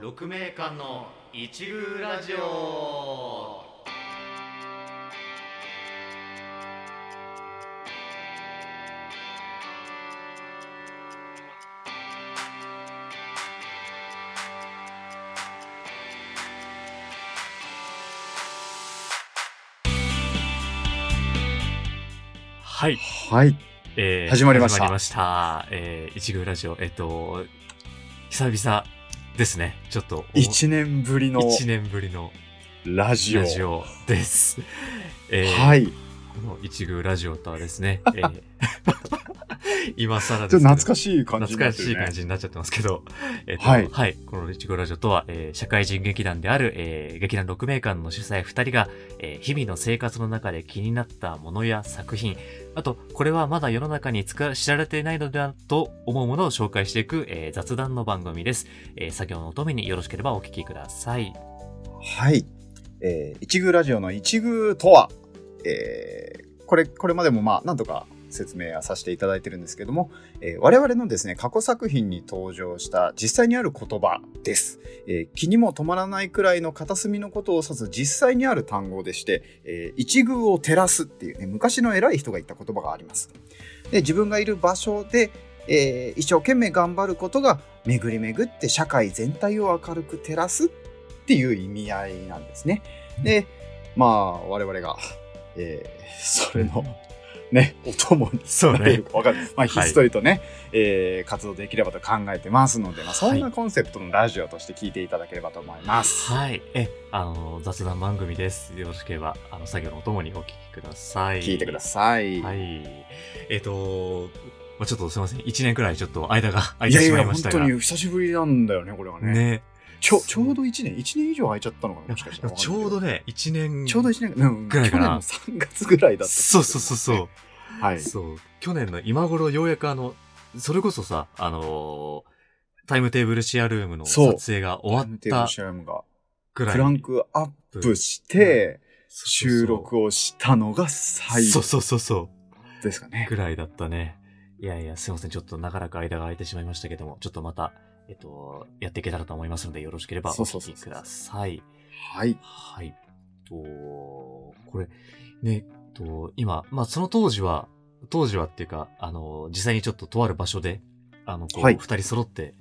6名間の一流ラジオはい、はい。え始まりました始まりました。えー、一宮ラジオ、えっ、と、久々ですね。ちょっと、お一年ぶりの一年ぶりのラジオ。ラジオです。えーはい。ちこの一宮ラジオとはですね、え ー 今更でょっすとけど懐かしい感じに懐なかってしるい感ね。じになっちゃってますけど、 えっとはいはい、この「いちごラジオ」とは、えー社会人劇団である、えー劇団6名館の主催2人が、えー日々の生活の中で気になったものや作品あとこれはまだ世の中に使知られていないのだと思うものを紹介していく、えー雑談の番組です、えー作業のおとめによろしければお聞きくださいはい。えー、一宮ラジオの一宮とは、えー、これ、これまでもまあ、なんとか説明はさせていただいてるんですけども、えー我々のですね、過去作品に登場した実際にある言葉です。えー気にも止まらないくらいの片隅のことを指す実際にある単語でして、えー一宮を照らすっていうね、昔の偉い人が言った言葉があります。で、自分がいる場所で、えー一生懸命頑張ることが巡り巡って社会全体を明るく照らすっていう意味合いなんですね。で、まあ、我々が、えーそれの、ね、お供にそうなれねるかわかんない。まあ、ひっそりとね、えー活動できればと考えてますので、まあ、そんはないコンセプトのラジオとして聞いていただければと思います。はいえあの雑談番組ですよろしければあの作業のおともにお聞きください聞いてください。、はいい。えっ、と、まあ、ちょっとすみません。1年くらいちょっと間が空いてやいしまや、いま本した当が。に久しぶりなんだよね、これはね。ね。ちょ、ちょうど1年、1年以上空いちゃったのかな、もしかしたら。ちょうどね、1年。ちょうど1年、うん、ぐらいかな去年の3月ぐらいだった。そうそうそうそう。う。はい。そう。去年の今頃ようやくあの、それこそさ、あのータイムテーブルシェアルームのそう撮影が終わタイムっテーブルたシェアルームがくらい。クランクアップして、収を。録をしたのが最そう後そうそうそう。ですかね。ぐらいだったね。いやいや、すいません。ちょっとなかなか間が空いてしまいましたけども、ちょっとまた、えっと、やっていけたらと思いますので、よろしければおそうそうそ聞うきそうください。はい。はい。と、これ、ね、と、今、まあ、その当時は、当時はっていうか、あの、実際にちょっととある場所で、あの、こう、はい二人揃って、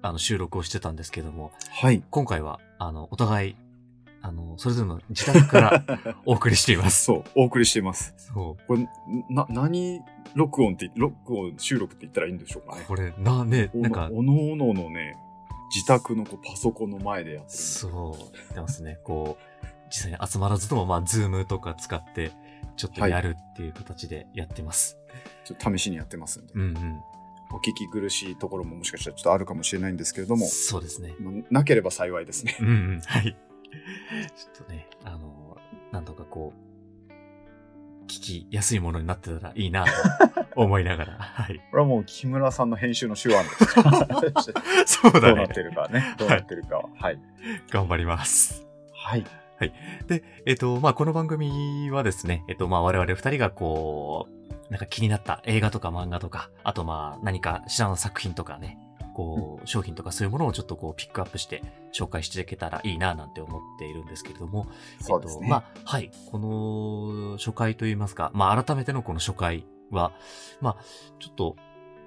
あの、収録をしてたんですけども、はい。今回は、あの、お互い、あの、それぞれの自宅 からお送りしています。そう、お送りしています。そう。これ、な、何録音って、録音収録って言ったらいいんでしょうかね。これ、な、ね、おなんか、おのおののね、自宅のこうパソコンの前でやってそう、やってますね。こう、実際に集まらずとも、まあ、ズームとか使って、ちょっとやるっていう形でやってます。る、ちょっと試しにやってますんで、うんうん。お聞き苦しいところももしかしたらちょっとあるかもしれないんですけれども、そうですね。まあなければ幸い ですね。うんうん、はい。ちょっとね、あの、なんとかこう、聞きやすいものになってたらいい なと思いながら、はい。これはもう木村さんの編集の 手腕ですから。そうどだうなっね。てるかね。どうなってるかは。はい。頑張ります。はい。えっと、まあ、この番組はですね、えっと、まあ、我々二人がこう、なんか気になった映画とか漫画とか、あとまあ、何か知らぬ作品とかね、こう、商品とかそういうものをちょっとこう、ピックアップして紹介していけたらいいな、なんて思っているんですけれども、そうですえっね。と、まあ、はい。この初回といいますか、まあ、改めてのこの初回は、まあ、ちょっと、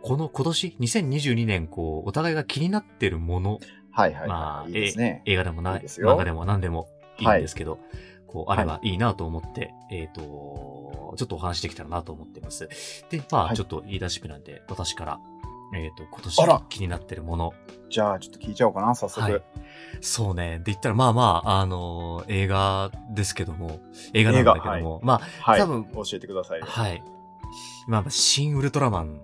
この今年、2022年、こう、お互いが気になってるもの、はいはいはい、まあいいですね。映画でもないいですよ漫画でも何でもいいんですけど、こう、あればいいなと思って、えっ、と、ちょっとお話しできたらなと思ってます。で、まはあ、いちょっと言い出しっぺなんで、私から、えっ、と、今あら年気になってるもの、じゃあちょっと聞いちゃおうかな、早速。はいそうね。で言ったら、まあまあ、あのー映画ですけども、映画なんだけど映画も、まあ、はい。多分教えてください。はい。今、新ウルトラマン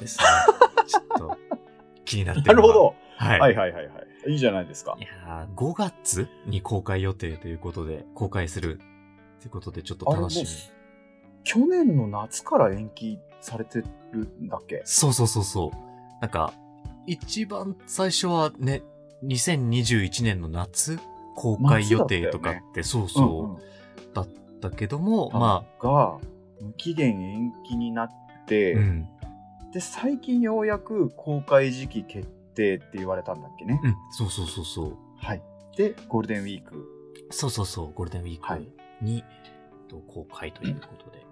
ですね。 ちょっと、気になってなるほのは。ど。はい。はいいはいはいはい。いいじゃないですか。やー5月に公開予定ということで、公開するということで、ちょっとあれも楽うしみ。去年の夏から延期されてるんだっけそうそうそうそう。なんか、一番最初はね、2021年の夏公開予定とかって、そうそう、だったけども、まあ。が、無期限延期になって、あ、うん。で、最近ようやく公開時期決定って言われたんだっけね。うん、そうそうそうそう。はい。で、ゴールデンウィーク。そうそうそう、ゴールデンウィーはいクに、えっと公開ということで。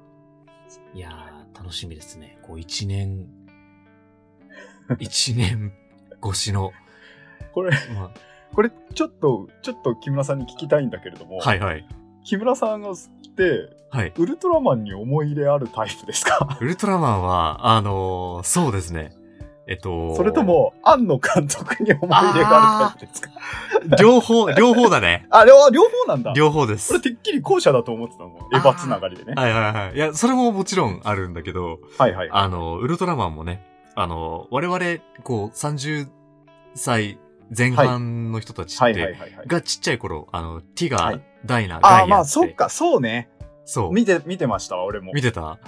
いやー、楽しみですね。こう、一 年、一年越しの、これ、まこれ、ちょっと、ちょっと木村さんに聞きたいんだけれども、あ、はいはい。木村さんがって、はい。ウルトラマンに思い入れあるタイプですかウルトラマンは、あのーそうですね。えっと、それと、も、庵野監督に思い入れがあるタイプですか両 方、両方だね。あ、両両方なんだ。両方です。俺、てっきり後者だと思ってたの。エヴァつながりでね。はいはいはい。いや、それももちろんあるんだけど、はいはい。あの、ウルトラマンもね、あの、我々、こう、30歳前半の人たちって、はいはいはいはい。がちっちゃい頃、あの、ティはガーい、ダイナ、ガイアっあて、あ、まあ、そっか、そうね。そう。見て、見てましたわ、俺も。見てた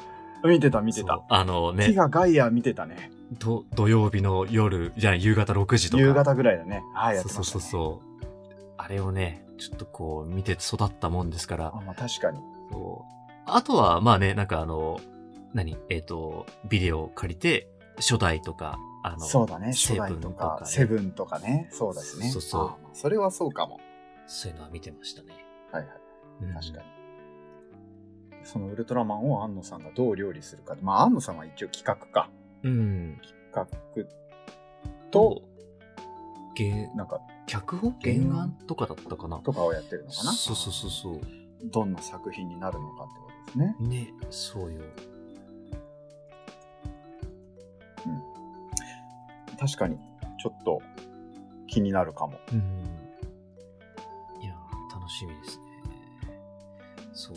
見てた、見てそたう。あのティね、ガガイア見てたね。と土曜日の夜、じゃない夕方6時とか。夕方ぐらいだね。はい、やっそうてそまうそしうたね。そう。あれをね、ちょっとこう、見て育ったもんですから、あ、まあ、確かに。そうあとは、まあね、なんかあの、何えっ、と、ビデオ借りて、初代とか、あの、そうだね。セ初ブン代とかと、かねセブンとかね。そうですね。そうそうそうあまあそれはそうかも。そういうのは見てましたね。はいはい。うん確かに。そのウルトラマンを安野さんがどう料理するか。まあ、安野さんは一応企画か。うん。企画と、、げなんか、脚本原原案案とかだったかな。とかをやってるのかな。そうそうそうそう。どんな作品になるのかってことですね。ね、そうよ。確かに、ちょっと気になるかも。うん。いやー、楽しみですね。そう。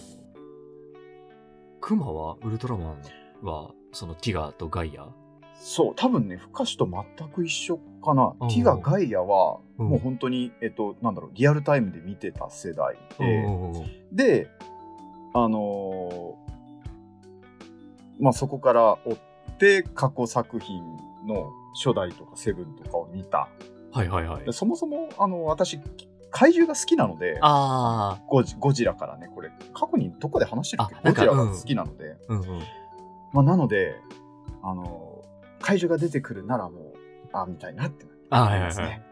クマは、ウルトラマンは、そのティガーとガイアそう、多分ね、ふかしと全く一緒かなう。んティガ・ガイアは、うんもう本当に、えっと、なんだろう、リアルタイムで見てた世代で、おーで、あのーまあ、そこから追って、過去作品の初代とかセブンとかを見た。はいはいはいで。そもそも、あの、私、怪獣が好きなので、あゴジゴジラからね、これ、過去にどこで話してるっけあなゴんかジラが好きなので、ー、うんうん。まあ、なので、あの、怪獣が出てくるならもう、あみたいなってなってあはいはいですはいね。。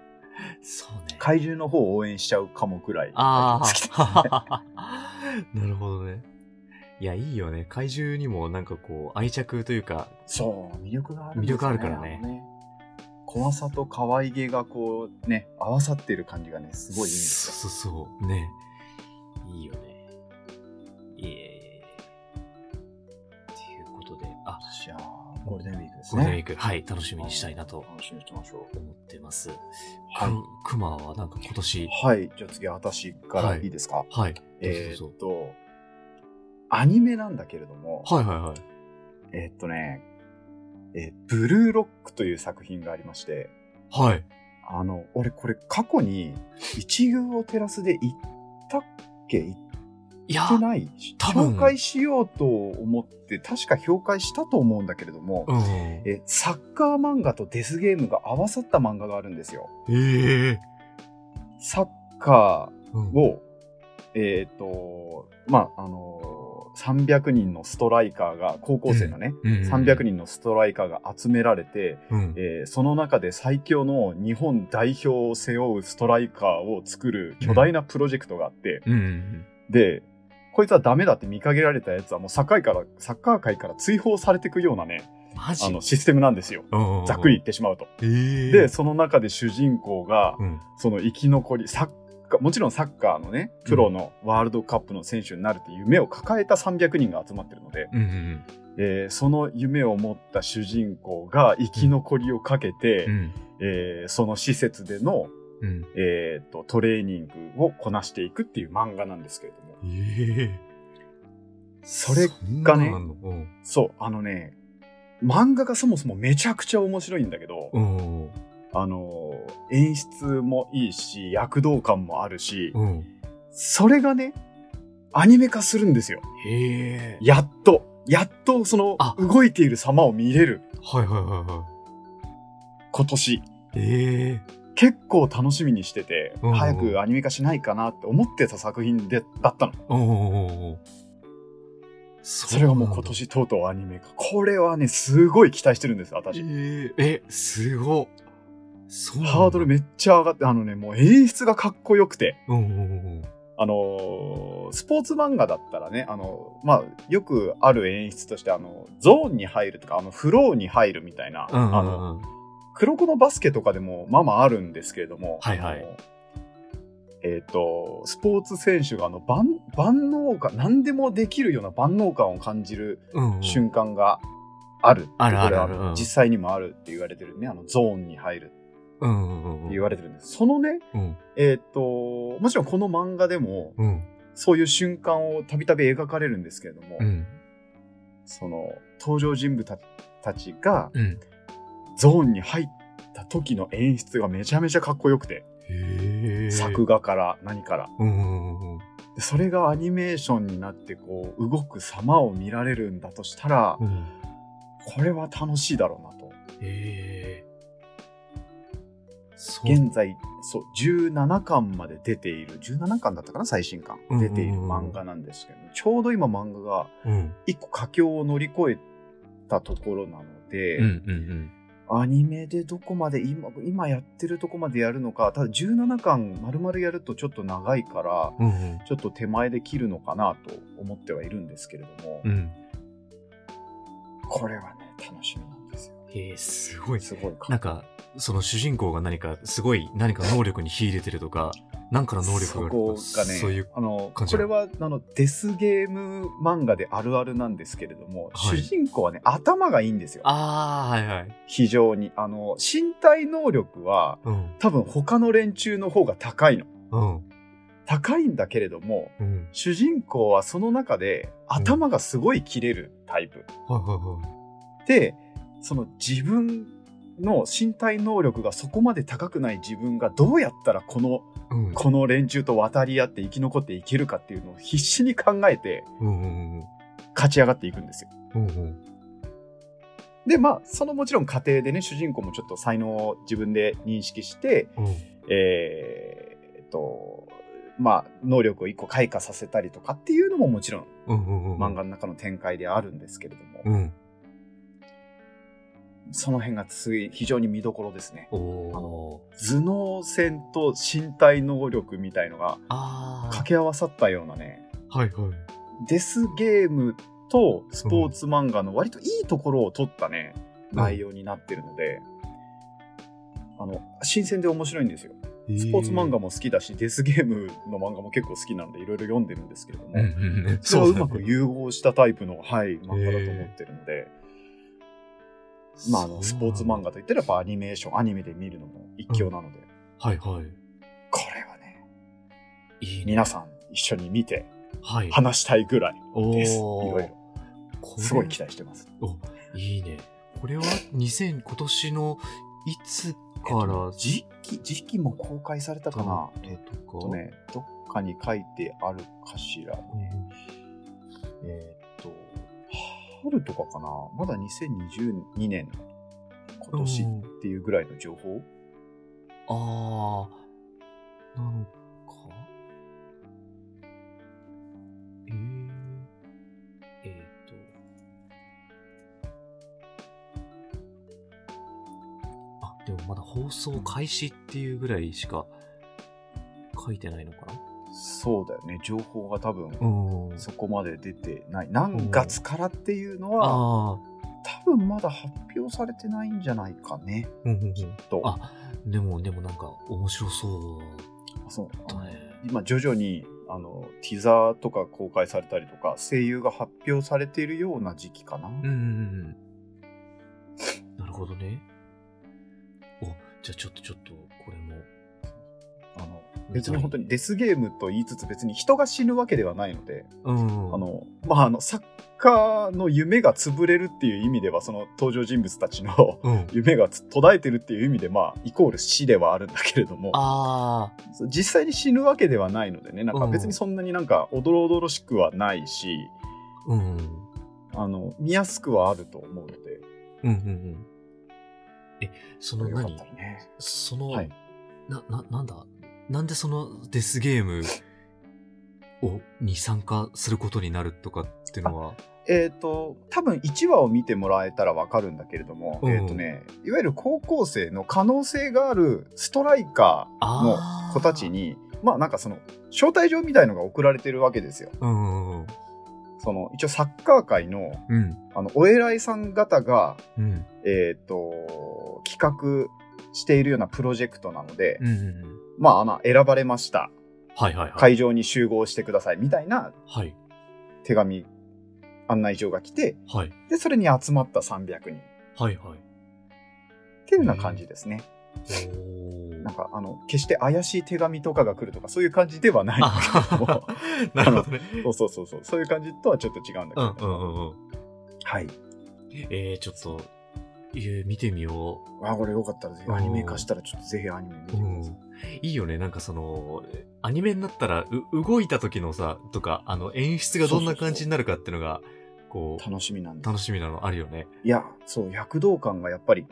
そうね。怪獣の方を応援しちゃうかもくらい。あ怪獣好きですねあ。 なるほどね。いや、いいよね。怪獣にもなんかこう、愛着というか、そう、魅力があるん魅ですよ、力あるからねあの怖さと可愛げがこうね、合わさってる感じがね、すごいいいんですよ。そうそうそう。ね。いいよね。いえいえいえ。っていうことで、あ、じゃあ、ゴールデンウィークですゴールデンウィーね。ク、はい、楽しみにしたいなと楽しみにしてましょう。思ってます。はいくクマはなんか今年、はい、じゃあ次、私からいいですか、はい、えどうぞーっと、アニメなんだけれども、どうぞはいはいはい。えーっとね、えーブルーロックという作品がありまして、はい。あの、俺これ過去に一宮をテラスで行ったっけ行っいや、てない多分紹介しようと思って、確か紹介したと思うんだけれども、うん。ええサッカー漫画とデスゲームが合わさった漫画があるんですよ。えサッカうんーを、えっ、と、まあ、あのー300人のストライカーが、高校生のね、うん300人のストライカーが集められて、うん。えーその中で最強の日本代表を背負うストライカーを作る巨大なプロジェクトがあって、うんうんで、こいつはダメだって見限られたやつはもうサッカー界から、サッカー界から追放されていくようなね、うん。マジあのシステムなんですよ。ざっくり。言ってしまうと。うんうんうんええで、その中で主人公がう、ん。その生き残り、サッカー、もちろんサッカーのね、プロのワールドカップの選手になるっていう夢を抱えた300人が集まってるので、うんうんえーその夢を持った主人公が生き残りをかけて、うん。うんえーその施設での、うん。えー、とトレーニングをこなしていくっていう漫画なんですけれどもええそれがねそうあのね漫画がそもそもめちゃくちゃ面白いんだけど、うん。うん。あのー演出もいいし躍動感もあるし、うん。それがねアニメ化するんですよへえ。やっとやっとそのあ動いている様を見れるはいはいは今年いはい。ええ結構楽しみにしてて、うん早くアニメ化しないかなって思ってた作品でだったのおうおうおうおうそそれがもう今う年とうとうアニメ化。これはね、すごい期待してるんです、な私。んだ。えええ、すごっ。そうなんだハードルめっちゃ上がって、あのね、もう演出がかっこよくて、うんうんうんあのースポーツ漫画だったらね、あのまあ、よくある演出として、あの、ゾーンに入るとか、あの、フローに入るみたいな、うんうんあうんの、うん黒子のバスケとかでも、まあまああるんですけれども、はいはいあのえっ、と、スポーツ選手が、あの、万、万能感、何でもできるような万能感を感じるうんうん瞬間がある。あるあるあるこれうんは実際にもあるって言われてるね、あの、ゾーンに入るってうんうんうん言われてるんです。そのね、うんえっ、と、もちろんこの漫画でも、うんそういう瞬間をたびたび描かれるんですけれども、うんその登場人物たたちがうんゾーンに入った時の演出がめちゃめちゃかっこよくて、へえ作画から何からうんうんうんうんでそれがアニメーションになってこう動く様を見られるんだとしたら、うんこれは楽しいだろうなとへえそう現在そう17巻まで出ている17巻だったかな最新巻うんうんうん出ている漫画なんですけど、ちょうど今漫画がうん一個佳境を乗り越えたところなので、うんうんアニメでどこまで今今やってるとこまでやるのかただ17巻丸々やるとちょっと長いからうんうんうんちょっと手前で切るのかなと思ってはいるんですけれども、うんこれはね楽しみなんですよへえすごいすごいかなんかその主人公が何かすごい何か能力に火入れてるとか何かの能力があそることかがねそういうあの感じこれはあのデスゲーム漫画であるあるなんですけれども、はい主人公はね頭がいいんですよああはいはい非常にあの身体能力はうん多分他の連中の方が高いのうん高いんだけれどもうん主人公はその中で頭がすごい切れるタイプ、はいはでその自分の身体能力がそこまで高くない自分がどうやったらこのいはいうんこの連中と渡り合って生き残っていけるかっていうのを必死に考えてうんうん勝ち上がっていくんですよ。うんうんうんでまあそのもちろん過程でね主人公もちょっと才能を自分で認識してうんえーっとまあ能力を一個開花させたりとかっていうのももちろんうんうんうん漫画の中の展開であるんですけれども、うんその辺がすごい非常に見どころですね。おお頭脳戦と身体能力みたいのがあ掛け合わさったようなね、あはいはいデスゲームとスポーツ漫画の割といいところを取ったね、うん内容になってるので、あの、新鮮で面白いんですよ。スポーツ漫画も好きだし、デスゲームの漫画も結構好きなんで、いろいろ読んでるんですけれども、うんうんうんそれをそううだねまく融合したタイプの、はい、漫画だと思ってるので、まあ、あのスポーツ漫画といったらやっぱアニメーション、アニメで見るのも一興なので、はいはいこれはね、いいね。皆さん一緒に見てはい。話したいぐらいおです。いーろいろ。これすごい期待してます。いいね。これは2000、今年のいつから時期、時期も公開されたかなえっととか。ね、どっかに書いてあるかしらね。えっと、春とかかなまだ2022年、今年っていうぐらいの情報ああ、なのか。えー、えーと。あ、でもまだ放送開始っていうぐらいしか書いてないのかなそうだよね。情報が多分、うんそこまで出てない。何月からっていうのは、ああ、多分まだ発表されてないんじゃないかね。うんうんうん。と。あでも、でもなんか面白そうそうだね。今徐々にあのティザーとか公開されたりとか声優が発表されているような時期かな、うんうんうん。なるほどね。お、じゃあちょっとちょっと、これも。あの別に本当にデスゲームと言いつつ別に人が死ぬわけではないので、うん。あ、のまああの作家の夢が潰れるっていう意味ではその登場人物たちの うん。夢がつ途絶えてるっていう意味でまあイコール死ではあるんだけれどもああ、そう実際に死ぬわけではないのでねなんかうん別にそんなになんかおどろおどろしくはないし、うん。うんあの見やすくはあると思うのでうんうん。え、そのよかっ何たらね。その、はいな、な、なんだなんでそのデスゲームを、に参加することになるとかっていうのは。えっ、と、多分1話を見てもらえたらわかるんだけれども、うんえっ、とね、いわゆる高校生の可能性があるストライカあーー子たち。に、まあなんかその、招待状みたいのが送られてるわけですよ。うんうんうん。その、一応サッカー界の、うん。あの、お偉いさん方が、うん。えっ、と、企画しているようなプロジェクトなので、うんうんうん。まあ、あの、選ばれました。はいはいはい。会場に集合してください。みたいなはい。手紙、案内状が来て、はい。で、それに集まった300人。はいはい。っていうような感じですね。おーなんか、あの、決して怪しい手紙とかが来るとか、そういう感じではないんだけどもあなるほどね。そうそうそうそう、そういう感じとはちょっと違うんだけうんど、うんうんうん。はい。えー、ちょっと、えー見てみよあ、これよかったらぜひ、うんアニメ化したらちょっとぜひアニメ見てう。ください。いいよね、なんかその、アニメになったら、う動いた時のさ、とか、あの、演出がどんな感じになるかっていうのが、こう、楽しみなんです。楽しみなのあるよね。いや、そう、躍動感がやっぱり、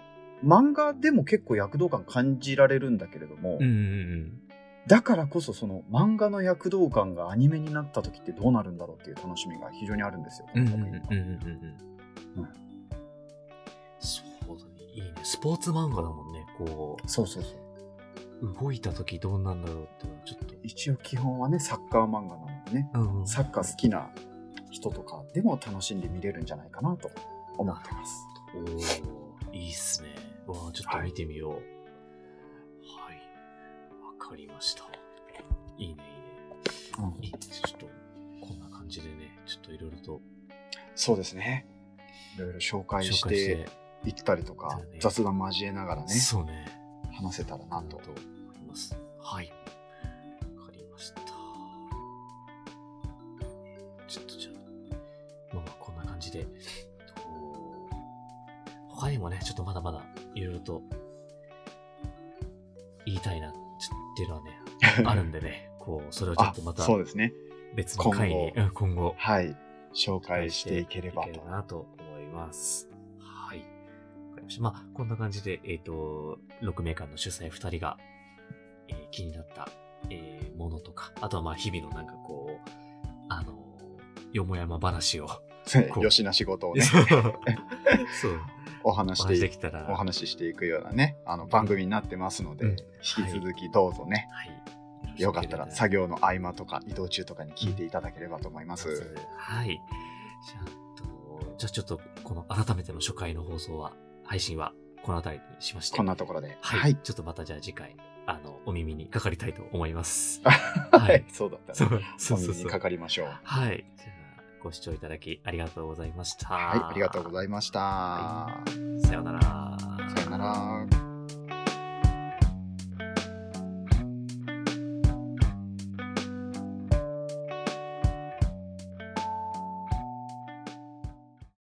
漫画でも結構躍動感感じられるんだけれども、うんうんだからこそその漫画の躍動感がアニメになった時ってどうなるんだろうっていう楽しみが非常にあるんですよ。うん。うんうんこうんうのん作うんうん品はうん。そうだね、いいね。スポーツ漫画だもんね、こそうそうそう。う、動いた時どうなんだろうっていうのは、ちょっと。一応基本はね、サッカー漫画なのでね、うんうんサッカー好きな人とかでも楽しんで見れるんじゃないかなと思ってます。おーいいっすね。わあ、ちょっと見てみよう。はい。わ、かりました。いいね、うんいいね。いいね。ちょっと、こんな感じでね、ちょっといろいろとそうですね。いろいろ紹介紹し介してていったりとか、そうね雑談交えながらね、そうね。話せたらななんとと。思います。はい。わかりました。ちょっとじゃあ、まあまあこんな感じで、えっ と他にもね、ちょっとまだまだいろいろと言いたいなちょっていうのは ね、あるんでね、こう、それをちょっあとま、たそうですね。別の回に、今うん今後はい。紹介していければいけとれ。ばなと思います。はい。わかりました。まあ、こんな感じで、えっ、と、6名間の主催2人が、えー気になった、えーものとか、あとはまあ、日々のなんかこう、あのーよもやま話を、こう よしな仕事をね、 そう、おお話し話てでいきたら、おはい、話ししていくようなね、あの番組になってますので、うん引き続きどうぞね、よろしかけっれたばら作業の合間とか移動中とかに聞いていただければと思います。はい。じゃあ、えっとじゃあちょっと、この改めての初回の放送は、配信はこの辺りにしましてこん、なところで。はい、はい。ちょっとまたじゃあ次回、あの、お耳にかかりたいと思います。は はいい。 そうだったそね。うそうそう本そにかう。かりましょう。はい。じゃあ、ご視聴いただきありがとうございました。はい、ありがとうございました。さようなら。さよなら。